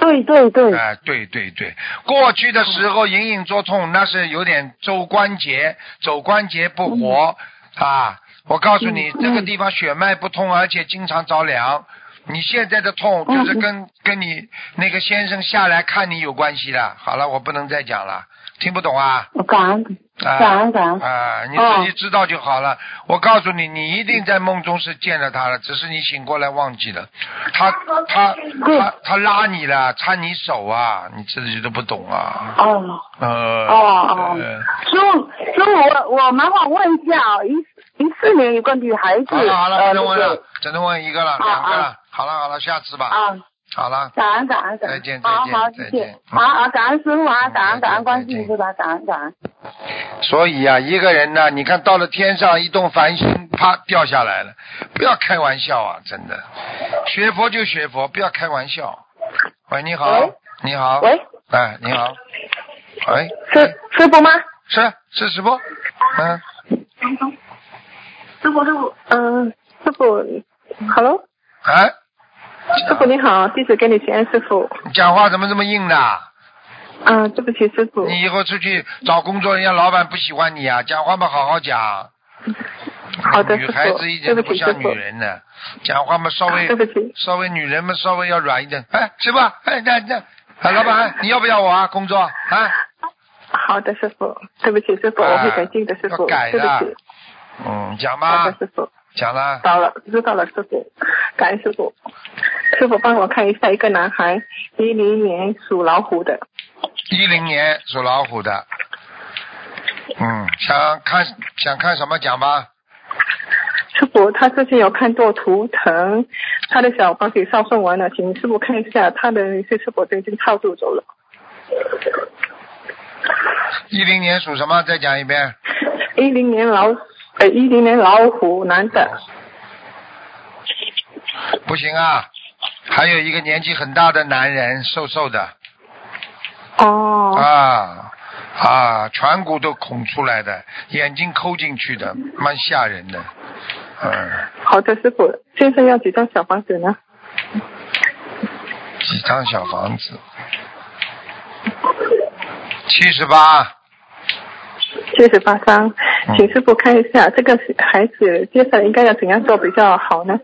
Speaker 5: 对对对，
Speaker 1: 哎、对对对，过去的时候隐隐作痛，那是有点周关节、肘关节不
Speaker 5: 嗯
Speaker 1: 活、啊。我告诉你，这个地方血脉不通，而且经常着凉。你现在的痛
Speaker 5: 嗯
Speaker 1: 就是跟、跟你那个先生下来看你有关系的。好了，我不能再讲了，听不懂啊？
Speaker 5: 我感恩
Speaker 1: 啊
Speaker 5: 感恩感恩
Speaker 1: 啊，你
Speaker 5: 哦
Speaker 1: 自己知道就好了。我告诉你，你一定在梦中是见着他了，只是你醒过来忘记了。他他他他拉你了，插你手啊，你自己都不懂啊。
Speaker 5: 哦。
Speaker 1: 呃，
Speaker 5: 哦哦
Speaker 1: 呃
Speaker 5: 师傅，师傅，我我麻烦问一下哦，一一四年有个女孩子，
Speaker 1: 好了好了，
Speaker 5: 呃，
Speaker 1: 不能问
Speaker 5: 那
Speaker 1: 了
Speaker 5: 个，
Speaker 1: 只能问一个了，
Speaker 5: 啊
Speaker 1: 两个
Speaker 5: 啊
Speaker 1: 了。好了好了，下次吧。
Speaker 5: 啊，
Speaker 1: 好了，
Speaker 5: 感恩感恩感
Speaker 1: 再
Speaker 5: 恩，
Speaker 1: 见再
Speaker 5: 好
Speaker 1: 见
Speaker 5: 好
Speaker 1: 再
Speaker 5: 谢
Speaker 1: 见
Speaker 5: 谢，好啊，感恩师傅啊，
Speaker 1: 嗯
Speaker 5: 感
Speaker 1: 再见
Speaker 5: 恩感恩关
Speaker 1: 再见
Speaker 5: 心是吧？感恩感恩，
Speaker 1: 所以啊，一个人呢，你看到了天上一动凡心，啪掉下来了，不要开玩笑啊，真的，学佛就学佛，不要开玩笑。喂，你好
Speaker 3: 喂，
Speaker 1: 你好，
Speaker 3: 喂，
Speaker 1: 哎，你好，喂，
Speaker 3: 师师傅吗？
Speaker 1: 是是直播，嗯，
Speaker 3: 师傅，师傅，嗯、师傅，Hello，
Speaker 1: 哎，
Speaker 3: 师傅你好，弟子给你请安，师傅。
Speaker 1: 你讲话怎么这么硬呢？
Speaker 3: 啊，对不起，师傅。
Speaker 1: 你以后出去找工作，人家老板不喜欢你啊，讲话嘛好好讲。
Speaker 3: 好的
Speaker 1: 女
Speaker 3: 师傅
Speaker 1: 孩子一点都不像
Speaker 3: 对不起
Speaker 1: 女
Speaker 3: 师傅
Speaker 1: 人呢，讲话嘛稍微
Speaker 3: 对不起，
Speaker 1: 稍微女人们稍微要软一点。哎，师傅，哎，那那，哎，老板，你要不要我啊？工作啊？啊
Speaker 3: 好的，师傅，对不起，师傅，我会改进的，师
Speaker 1: 要
Speaker 3: 傅，
Speaker 1: 改
Speaker 3: 对
Speaker 1: 的
Speaker 3: 不起，
Speaker 1: 嗯，讲
Speaker 3: 好
Speaker 1: 吧
Speaker 3: 的，，师傅，
Speaker 1: 讲了。
Speaker 3: 到了，知道了，师傅，感恩师傅，师傅帮我看一下一个男孩，一零年属老虎的，
Speaker 1: 一零年属老虎的，嗯，想看想看什么讲吧？
Speaker 3: 师傅他之前有看过图腾，他的小房子烧送完了，请师傅看一下他的是是否都已经超度走了。
Speaker 1: 一零年属什么？再讲一遍。
Speaker 6: *laughs*
Speaker 3: 一零年老，呃，一零年老虎男的，
Speaker 1: 不行啊，还有一个年纪很大的男人，瘦瘦的。
Speaker 3: 哦，
Speaker 1: 啊啊，颧骨都孔出来的，眼睛抠进去的，蛮吓人的。嗯，
Speaker 3: 好的，师傅，先生要几张小房子呢？
Speaker 1: 几张小房子，七十八，
Speaker 6: 七十八张，
Speaker 1: 嗯
Speaker 6: 请师傅看一下这个孩子接下来应该要怎样做比较好呢？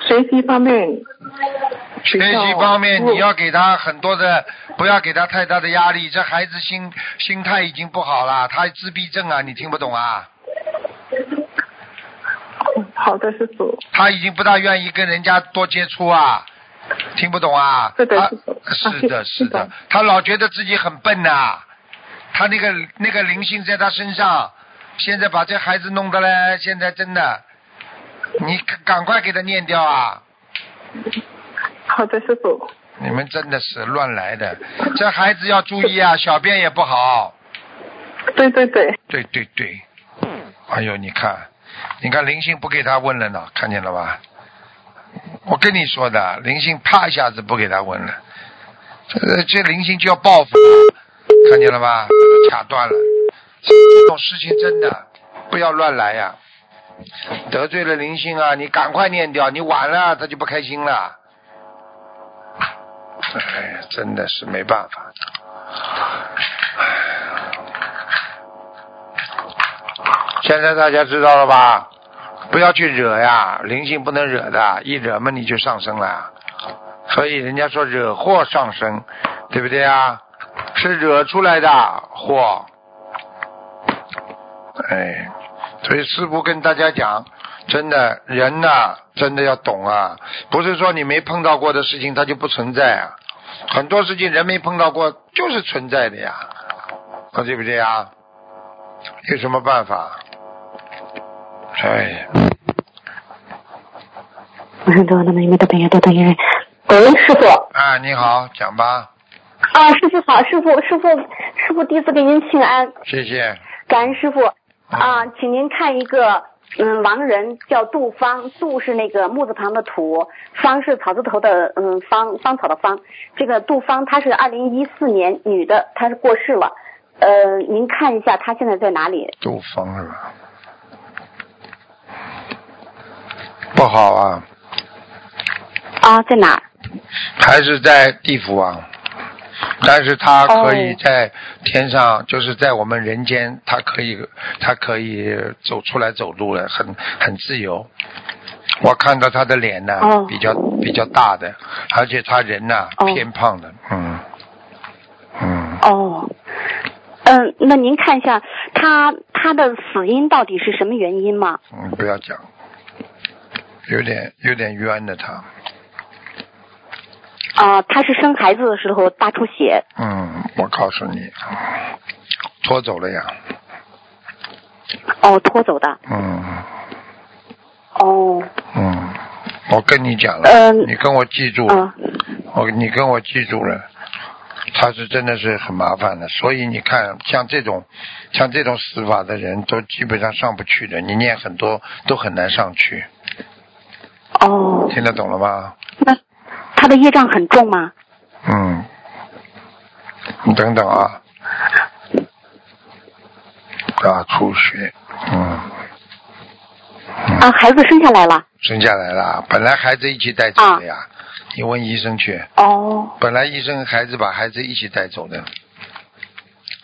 Speaker 6: 学习方面
Speaker 1: 学
Speaker 6: 比较弱，
Speaker 1: 习方面你要给他很多的，不要给他太大的压力。这孩子心心态已经不好了，他自闭症啊，你听不懂啊？
Speaker 6: 嗯好的，师傅，
Speaker 1: 他已经不大愿意跟人家多接触啊，听不懂啊？
Speaker 6: 是的
Speaker 1: 他
Speaker 6: 是的
Speaker 1: 是
Speaker 6: 啊
Speaker 1: 的，
Speaker 6: 是
Speaker 1: 是的
Speaker 6: 是的，
Speaker 1: 他老觉得自己很笨呐、他那个那个灵性在他身上，现在把这孩子弄得嘞，现在真的，你赶赶快给他念掉啊！
Speaker 6: 好的，师傅，
Speaker 1: 你们真的是乱来的，这孩子要注意啊，小便也不好。
Speaker 6: 对对对，
Speaker 1: 对对对，哎呦，你看，你看灵性不给他问了呢，看见了吧？我跟你说的，灵性啪一下子不给他问了，这这灵性就要报复他，看见了吧？卡断了，这种事情真的不要乱来呀、得罪了灵性啊，你赶快念掉，你晚了他就不开心了。哎，真的是没办法。现在大家知道了吧？不要去惹呀，灵性不能惹的，一惹嘛你就上升了。所以人家说惹祸上身，对不对啊？是惹出来的祸。哎，所以师傅跟大家讲，真的人呐、真的要懂啊，不是说你没碰到过的事情它就不存在啊，很多事情人没碰到过就是存在的呀，啊对不对啊？有什么办法？哎，
Speaker 3: 喂，嗯师傅。
Speaker 1: 啊，你好，讲吧，
Speaker 3: 啊，师傅好，师傅，师傅，师傅，弟子给您请安，
Speaker 1: 谢谢。
Speaker 3: 感恩师傅。啊，请您看一个，嗯，亡人叫杜芳，杜是那个木字旁的土，芳是草字头的，嗯，芳芳草的芳。这个杜芳，她是二零一四年女的，她是过世了。呃，您看一下她现在在哪里？
Speaker 1: 杜峰是吧？不好啊，
Speaker 3: 啊，在哪儿？
Speaker 1: 还是在地府啊，但是他可以
Speaker 3: 哦
Speaker 1: 在天上，就是在我们人间，他可以，他可以走出来走路了，很很自由。我看到他的脸呢，
Speaker 3: 哦
Speaker 1: 比较比较大的，而且他人呢、
Speaker 3: 哦
Speaker 1: 偏胖的，嗯嗯，
Speaker 3: 哦，嗯、那您看一下她她的死因到底是什么原因吗？
Speaker 1: 嗯，不要讲，有点有点冤的他，
Speaker 3: 啊、她是生孩子的时候大出血，
Speaker 1: 嗯，我告诉你，嗯拖走了呀，
Speaker 3: 哦，拖走的。
Speaker 1: 嗯
Speaker 3: 哦，
Speaker 1: 嗯，我跟你讲了，
Speaker 3: 嗯
Speaker 1: 你跟我记住，
Speaker 3: 啊，
Speaker 1: 我你跟我记住了，他是真的是很麻烦的，所以你看，像这种像这种死法的人都基本上上不去的，你念很多都很难上去，
Speaker 3: 哦，
Speaker 1: 听得懂了吗？
Speaker 3: 那他的业障很重吗？
Speaker 1: 嗯，你等等啊，大啊出血，嗯。
Speaker 3: 啊，孩子生下来了。
Speaker 1: 生下来了，本来孩子一起带走的呀。
Speaker 3: 啊
Speaker 1: 你问医生去，
Speaker 3: 哦
Speaker 1: 本来医生孩子把孩子一起带走的，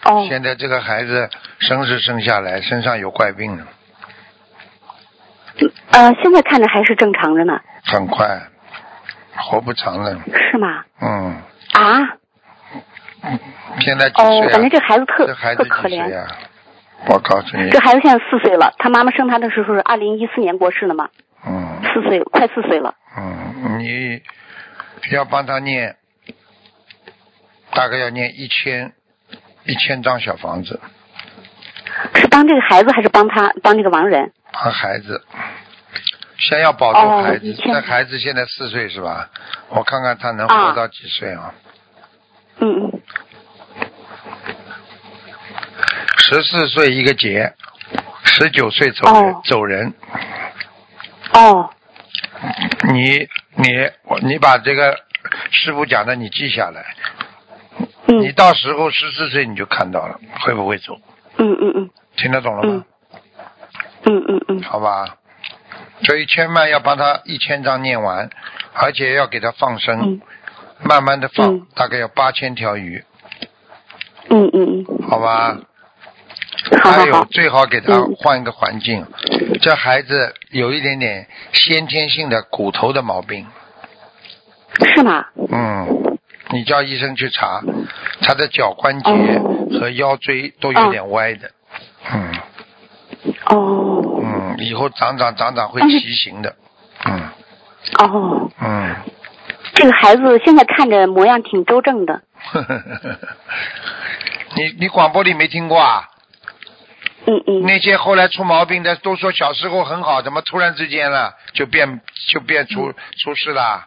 Speaker 3: 哦
Speaker 1: 现在这个孩子生是生下来，身上有怪病了，
Speaker 3: 呃，现在看着还是正常着呢，
Speaker 1: 很快活不长了。
Speaker 3: 是吗？
Speaker 1: 嗯，
Speaker 3: 啊，
Speaker 1: 现在几
Speaker 3: 哦
Speaker 1: 岁，
Speaker 3: 感觉
Speaker 1: 啊？
Speaker 3: 这孩子特
Speaker 1: 这孩
Speaker 3: 特
Speaker 1: 子
Speaker 3: 可
Speaker 1: 几岁啊
Speaker 3: 怜。
Speaker 1: 呀、我告诉你
Speaker 3: 这，孩子现在四岁了，他妈妈生他的时候是二零一四年过世的嘛，
Speaker 1: 嗯
Speaker 3: 四岁快四岁了。
Speaker 1: 嗯，你要帮他念，大概要念一千一千张小房子，
Speaker 3: 是帮这个孩子还是帮他帮这个亡人？
Speaker 1: 和啊孩子，先要保住孩
Speaker 3: 哦一
Speaker 1: 子。
Speaker 3: 千
Speaker 1: 这孩子现在四岁是吧？我看看他能活
Speaker 3: 啊
Speaker 1: 到几岁啊？
Speaker 3: 嗯嗯，
Speaker 1: 十四岁一个劫，十九岁走人、
Speaker 3: 哦
Speaker 1: 走人。
Speaker 3: 哦
Speaker 1: 你你我你把这个师傅讲的你记下来，你
Speaker 3: 嗯
Speaker 1: 到时候十四岁你就看到了会不会走，
Speaker 3: 嗯嗯嗯
Speaker 1: 听得懂了吗？
Speaker 3: 嗯嗯嗯，
Speaker 1: 好吧，这一千万要帮他一千张念完，而且要给他放生，
Speaker 3: 嗯
Speaker 1: 慢慢的放，
Speaker 3: 嗯
Speaker 1: 大概要八千条鱼。
Speaker 3: 嗯嗯嗯，
Speaker 1: 好吧？
Speaker 3: 好好
Speaker 1: 还有
Speaker 3: 好，
Speaker 1: 最好给他
Speaker 3: 嗯
Speaker 1: 换一个环境。这孩子有一点点先天性的骨头的毛病，
Speaker 3: 是吗？
Speaker 1: 嗯，你叫医生去查，他的脚关节
Speaker 3: 哦
Speaker 1: 和腰椎都有点歪的，嗯
Speaker 3: 哦
Speaker 1: 嗯，以后长长长长会
Speaker 3: 但是
Speaker 1: 畸形的，嗯
Speaker 3: 哦，
Speaker 1: 嗯，
Speaker 3: 这个孩子现在看着模样挺周正的。
Speaker 1: 呵呵呵呵 *laughs* 你你广播里没听过啊？
Speaker 3: 嗯嗯，
Speaker 1: 那些后来出毛病的都说小时候很好，怎么突然之间了就变就变
Speaker 3: 嗯
Speaker 1: 出出事了？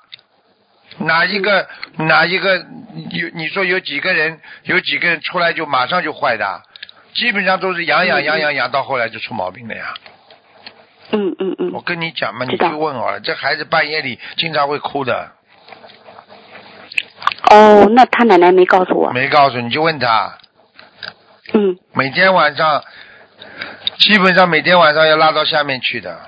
Speaker 1: 哪一个哪一个有你说有几个人有几个人出来就马上就坏的？基本上都是养养养养养到后来就出毛病了呀。
Speaker 3: 嗯嗯嗯
Speaker 1: 我，跟你讲嘛，你
Speaker 3: 知道
Speaker 1: 去问好了，这孩子半夜里经常会哭的，
Speaker 3: 哦，那他奶奶没告诉我。
Speaker 1: 没告诉你就问他，
Speaker 3: 嗯，
Speaker 1: 每天晚上基本上每天晚上要拉到下面去的。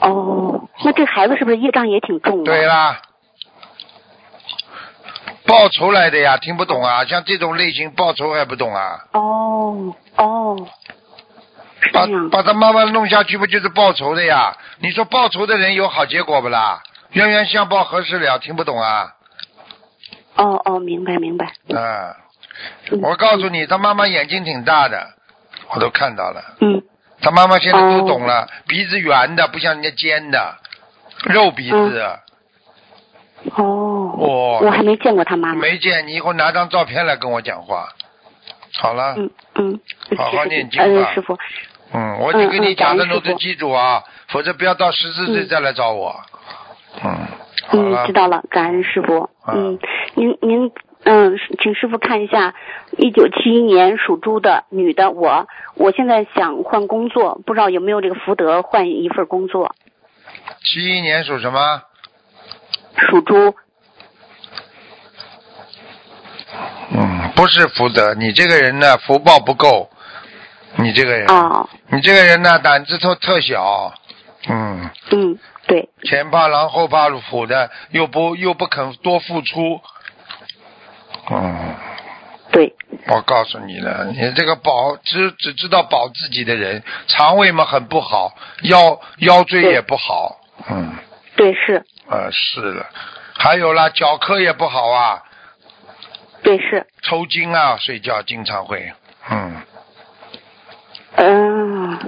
Speaker 3: 哦，那这孩子是不是业障也挺
Speaker 7: 啊
Speaker 3: 重的？
Speaker 1: 对啦，报仇来的呀，听不懂啊！像这种类型报仇还不懂啊？
Speaker 3: 哦哦，是
Speaker 1: 把
Speaker 3: 这
Speaker 5: 嗯
Speaker 3: 样。
Speaker 1: 把他妈妈弄下去不就是报仇的呀？你说报仇的人有好结果不啦？冤冤相报何时了？听不懂啊？
Speaker 3: 哦哦，明白明白。
Speaker 1: 啊！我告诉你，他妈妈眼睛挺大的，我都看到了。
Speaker 3: 嗯
Speaker 1: 他妈妈现在都
Speaker 3: 哦
Speaker 1: 懂了，鼻子圆的，不像人家尖的，肉鼻子。
Speaker 7: 嗯
Speaker 3: 哦，
Speaker 1: 哦
Speaker 3: 我还没见过他妈妈。
Speaker 1: 没见你以后拿张照片来跟我讲话。好了。
Speaker 3: 嗯嗯，
Speaker 1: 好好
Speaker 3: 是
Speaker 1: 念经吧
Speaker 3: 呃，师傅，
Speaker 1: 嗯，我就跟你讲的
Speaker 3: 嗯嗯感恩
Speaker 1: 都
Speaker 3: 师
Speaker 1: 都
Speaker 3: 傅
Speaker 1: 记住啊，否则不要到十四岁
Speaker 3: 嗯
Speaker 1: 再来找我。嗯，好
Speaker 3: 嗯，
Speaker 1: 了
Speaker 3: 知，道了，感恩师傅。
Speaker 1: 啊
Speaker 3: 嗯，您您嗯，请师傅看一下，一九七一年属猪的女的我，我现在想换工作，不知道有没有这个福德换一份工作。
Speaker 1: 七一年属什么？
Speaker 3: 属猪，
Speaker 1: 嗯，不是福德，你这个人呢福报不够，你这个人，
Speaker 3: 哦，
Speaker 1: 你这个人呢胆子特特小，嗯，
Speaker 3: 嗯，对，
Speaker 1: 前怕狼后怕虎的，又不又不肯多付出，嗯。
Speaker 3: 对，
Speaker 1: 我告诉你了，你这个保只只知道保自己的人，肠胃嘛很不好，腰腰椎
Speaker 3: 对
Speaker 1: 也不好，嗯，
Speaker 3: 对是，
Speaker 1: 呃，是了，还有啦，脚科也不好啊，
Speaker 3: 对是，
Speaker 1: 抽筋啊，睡觉经常会，嗯，
Speaker 3: 嗯、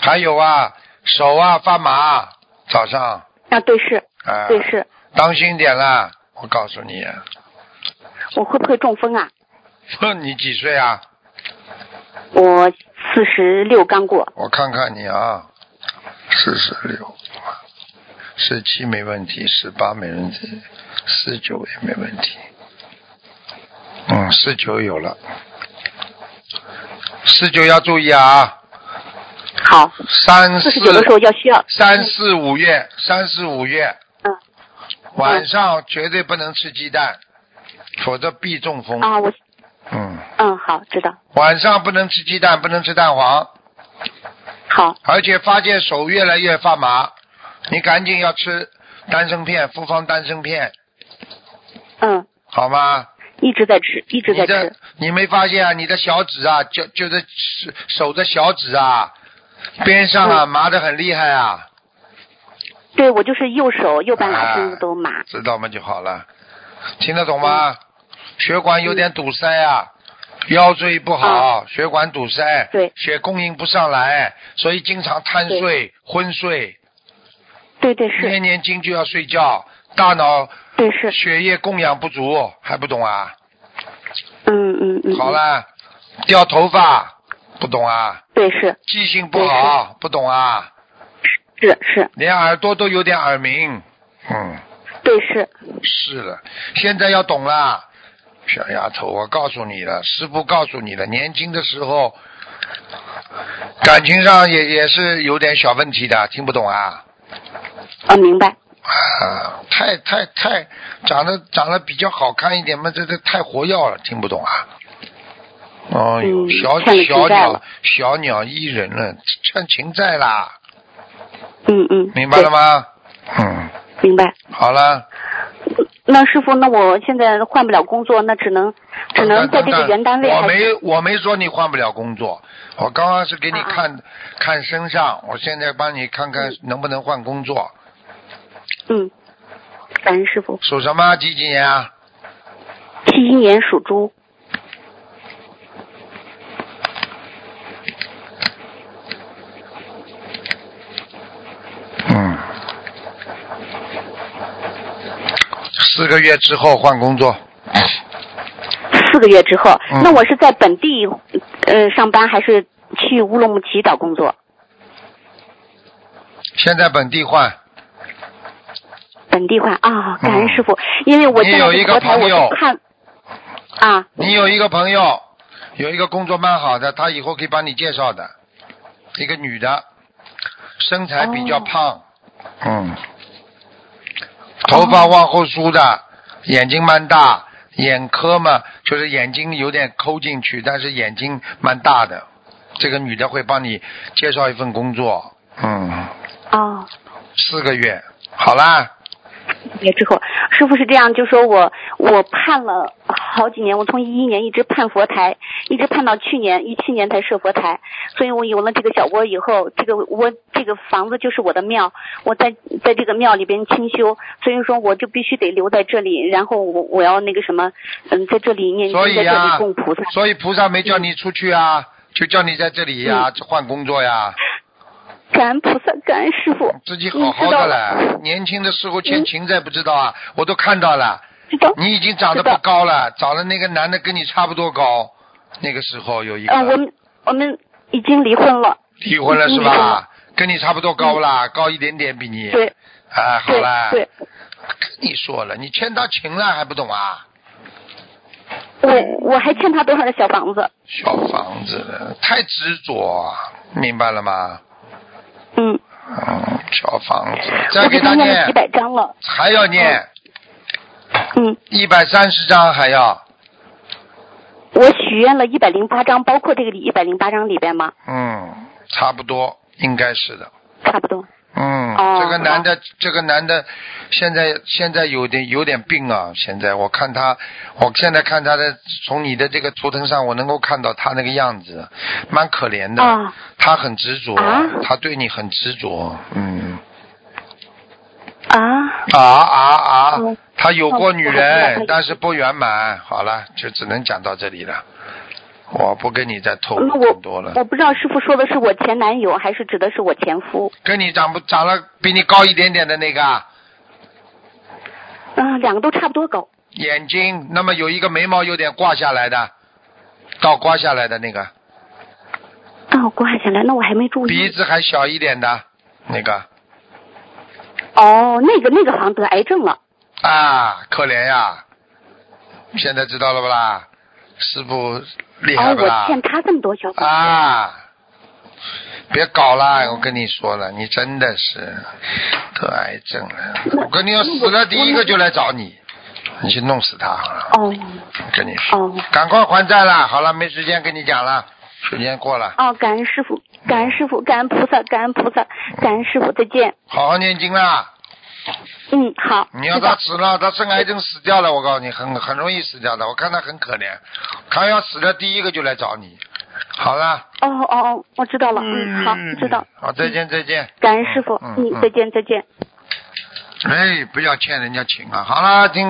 Speaker 1: 还有啊，手啊发麻，早上啊、
Speaker 3: 啊对是，
Speaker 1: 呃
Speaker 3: 对是，
Speaker 1: 当心点啦，我告诉你， *laughs*
Speaker 3: 我会不会中风啊？
Speaker 1: 哼，你几岁啊？
Speaker 3: 我四十六刚过，
Speaker 1: 我看看你啊，四十六，十七没问题，十八没问题，十九也没问题。嗯，十九有了，十九要注意啊，
Speaker 3: 好，
Speaker 1: 三四
Speaker 3: 四十九的时候要需要，
Speaker 1: 三四五月，三四五月
Speaker 3: 嗯，
Speaker 1: 晚上绝对不能吃鸡蛋，否则必中风。
Speaker 3: 啊我，
Speaker 1: 嗯，
Speaker 3: 嗯好知道，
Speaker 1: 晚上不能吃鸡蛋，不能吃蛋黄。
Speaker 3: 好，
Speaker 1: 而且发现手越来越发麻，你赶紧要吃丹参片，复方丹参片，
Speaker 3: 嗯
Speaker 1: 好吗？
Speaker 3: 一直在吃，一直
Speaker 1: 你
Speaker 3: 在吃
Speaker 1: 的。你没发现啊？你的小指啊，就就是手的小指啊，边上
Speaker 3: 嗯
Speaker 1: 啊、麻的很厉害啊，
Speaker 3: 对，我就是右手右半
Speaker 1: 哎
Speaker 3: 拉身子都麻。
Speaker 1: 知道吗？就好了，听得懂
Speaker 3: 嗯
Speaker 1: 吗？血管有点堵塞啊。腰椎不好，血管堵塞，
Speaker 3: 嗯对
Speaker 1: 血供应不上来，所以经常贪
Speaker 3: 对
Speaker 1: 睡、昏睡，
Speaker 3: 对对是，
Speaker 1: 念念经就要睡觉，大脑
Speaker 3: 对是，
Speaker 1: 血液供养不足，还不懂啊？
Speaker 3: 嗯嗯嗯。
Speaker 1: 好。啦，掉头发不懂啊？
Speaker 3: 对是
Speaker 1: 记性不好不懂啊？
Speaker 3: 是是，
Speaker 1: 连耳朵都有点耳鸣。嗯，
Speaker 3: 对是，
Speaker 1: 是了，现在要懂啦，小丫头，我告诉你了，师傅告诉你了，年轻的时候感情上也也是有点小问题的，听不懂啊？
Speaker 3: 哦明白。
Speaker 1: 啊，太太太，长得长得比较好看一点嘛，这这太活跃了，听不懂啊。哦呦，
Speaker 3: 嗯
Speaker 1: 小
Speaker 3: 欠你
Speaker 1: 小
Speaker 3: 情债
Speaker 1: 鸟
Speaker 3: 了
Speaker 1: 小鸟依人了，欠情债啦，
Speaker 3: 嗯嗯。
Speaker 1: 明白了吗？嗯，
Speaker 3: 对？明白。
Speaker 1: 好了，
Speaker 7: 那师傅，那我现在换不了工作，那只能只能在这个原单位
Speaker 1: 我
Speaker 7: 还是。啊
Speaker 1: 没我没说你换不了工作，我刚刚是给你看、看身上，我现在帮你看看能不能换工作。
Speaker 7: 嗯，感恩师傅。
Speaker 1: 属什么？几几年啊？
Speaker 7: 七一年属猪，
Speaker 1: 嗯，四个月之后换工作，
Speaker 7: 四个月之后，
Speaker 1: 嗯
Speaker 7: 那我是在本地呃上班，还是去乌鲁木齐找工作？
Speaker 1: 现在本地换。
Speaker 7: 本地化啊、感恩
Speaker 1: 嗯
Speaker 7: 师傅，因为我
Speaker 1: 你
Speaker 7: 现在
Speaker 1: 有
Speaker 7: 是
Speaker 1: 一个
Speaker 7: 佛台，
Speaker 1: 朋
Speaker 7: 我
Speaker 1: 友
Speaker 7: 是看啊，
Speaker 1: 你有一个朋友，有一个工作蛮好的，他以后可以帮你介绍的，一个女的，身材比较
Speaker 7: 哦
Speaker 1: 胖，嗯，头发往后梳的，眼睛蛮大，眼科嘛，就是眼睛有点抠进去，但是眼睛蛮大的。这个女的会帮你介绍一份工作，嗯，
Speaker 7: 哦，
Speaker 1: 四个月，好啦，
Speaker 7: 也之后，师傅是这样，就说我我盼了好几年，我从一一年一直盼佛台，一直盼到去年，一七年才设佛台，所以我有了这个小窝以后，这个窝这个房子就是我的庙，我在在这个庙里边清修，所以说我就必须得留在这里，然后我我要那个什么，嗯，在这里念经，
Speaker 1: 所
Speaker 7: 在
Speaker 1: 以啊
Speaker 7: 这里
Speaker 1: 呀、
Speaker 7: 供菩萨，
Speaker 1: 所以菩萨没
Speaker 7: 嗯
Speaker 1: 叫你出去啊，就叫你在这里呀、换工作呀、
Speaker 7: 感恩菩萨，感恩师傅，
Speaker 1: 自己好好的了，年轻的时候
Speaker 7: 嗯
Speaker 1: 欠情债不知道啊，我都看到了。
Speaker 7: 知道。
Speaker 1: 你已经长得
Speaker 7: 知道
Speaker 1: 不高了，找了那个男的跟你差不多高，那个时候有一
Speaker 7: 嗯、我嗯
Speaker 1: 个
Speaker 7: 们我们已经离婚了，
Speaker 1: 离婚了
Speaker 7: 已经
Speaker 1: 是
Speaker 7: 离婚
Speaker 1: 吧
Speaker 7: 了？
Speaker 1: 跟你差不多高啦，高一点点比你。
Speaker 7: 嗯对。
Speaker 1: 啊，好
Speaker 7: 对
Speaker 1: 啦。
Speaker 7: 对。
Speaker 1: 跟你说了，你欠他情了还不懂啊？
Speaker 7: 我我还欠他多少的小房子？
Speaker 1: 小房子了，太执着，啊明白了吗？
Speaker 7: 嗯，
Speaker 1: 嗯，小房子，再
Speaker 7: 我
Speaker 1: 给
Speaker 7: 给
Speaker 1: 他
Speaker 7: 他念了
Speaker 1: 念
Speaker 7: 几，百张了。
Speaker 1: 还要念
Speaker 7: 嗯，
Speaker 1: 一百三十张，还要，
Speaker 7: 我许愿了一百零八张，包括这个一百零八张里边吗？
Speaker 1: 嗯，差不多，应该是的。
Speaker 7: 差不多。
Speaker 1: 嗯，
Speaker 7: 哦
Speaker 1: 这个男的，这个男的，现在现在有点有点病啊。现在我看他，我现在看他的，从你的这个图腾上，我能够看到他那个样子，蛮可怜的。
Speaker 7: 啊
Speaker 1: 他很执着、
Speaker 7: 啊
Speaker 1: 他对你很执着。嗯，
Speaker 7: 啊，
Speaker 1: 啊啊啊、
Speaker 7: 嗯
Speaker 1: 他有过女
Speaker 7: 哦我知道他
Speaker 1: 人、
Speaker 7: 有
Speaker 1: 但是不圆满。好了，就只能讲到这里了。我不跟你再透
Speaker 7: 那
Speaker 1: 露
Speaker 7: 我
Speaker 1: 更多了。
Speaker 7: 我不知道师傅说的是我前男友，还是指的是我前夫？
Speaker 1: 跟你长不长了比你高一点点的那个啊，
Speaker 7: 嗯，两个都差不多高。
Speaker 1: 眼睛，那么有一个眉毛有点挂下来的，倒刮下来的那个，
Speaker 7: 啊，我挂下来，那我还没注
Speaker 1: 鼻
Speaker 7: 意。
Speaker 1: 子还小一点的那个
Speaker 7: 哦，那个那个好像得癌症了。
Speaker 1: 啊，可怜呀、现在知道了不啦？师傅厉害
Speaker 7: 哦，
Speaker 1: 不
Speaker 7: 我
Speaker 1: 啦？
Speaker 7: 欠他这么多小房子。
Speaker 1: 啊，别搞啦！我跟你说了，你真的是得癌症了。我跟你说，死了第一个就来找你，你去弄死他好了。
Speaker 7: 哦
Speaker 1: 跟你说，
Speaker 7: 哦
Speaker 1: 赶快还债啦！好了，没时间跟你讲了，时间过了。
Speaker 7: 哦，感恩师傅，感恩师傅，感恩菩萨，感恩菩萨，感恩师傅，再见。
Speaker 1: 好好念经啦！
Speaker 7: 嗯，好。
Speaker 1: 你要
Speaker 7: 知道
Speaker 1: 他死了，他生癌症死掉了，我告诉你，很很容易死掉的。我看他很可怜，他要死了第一个就来找你。好了，
Speaker 7: 哦哦哦，我知道了，嗯，好，知道，。
Speaker 1: 好，再见，再见。
Speaker 7: 感恩师傅，
Speaker 1: 嗯
Speaker 7: 嗯，再见，再见。
Speaker 1: 哎，不要欠人家情啊！好了，今。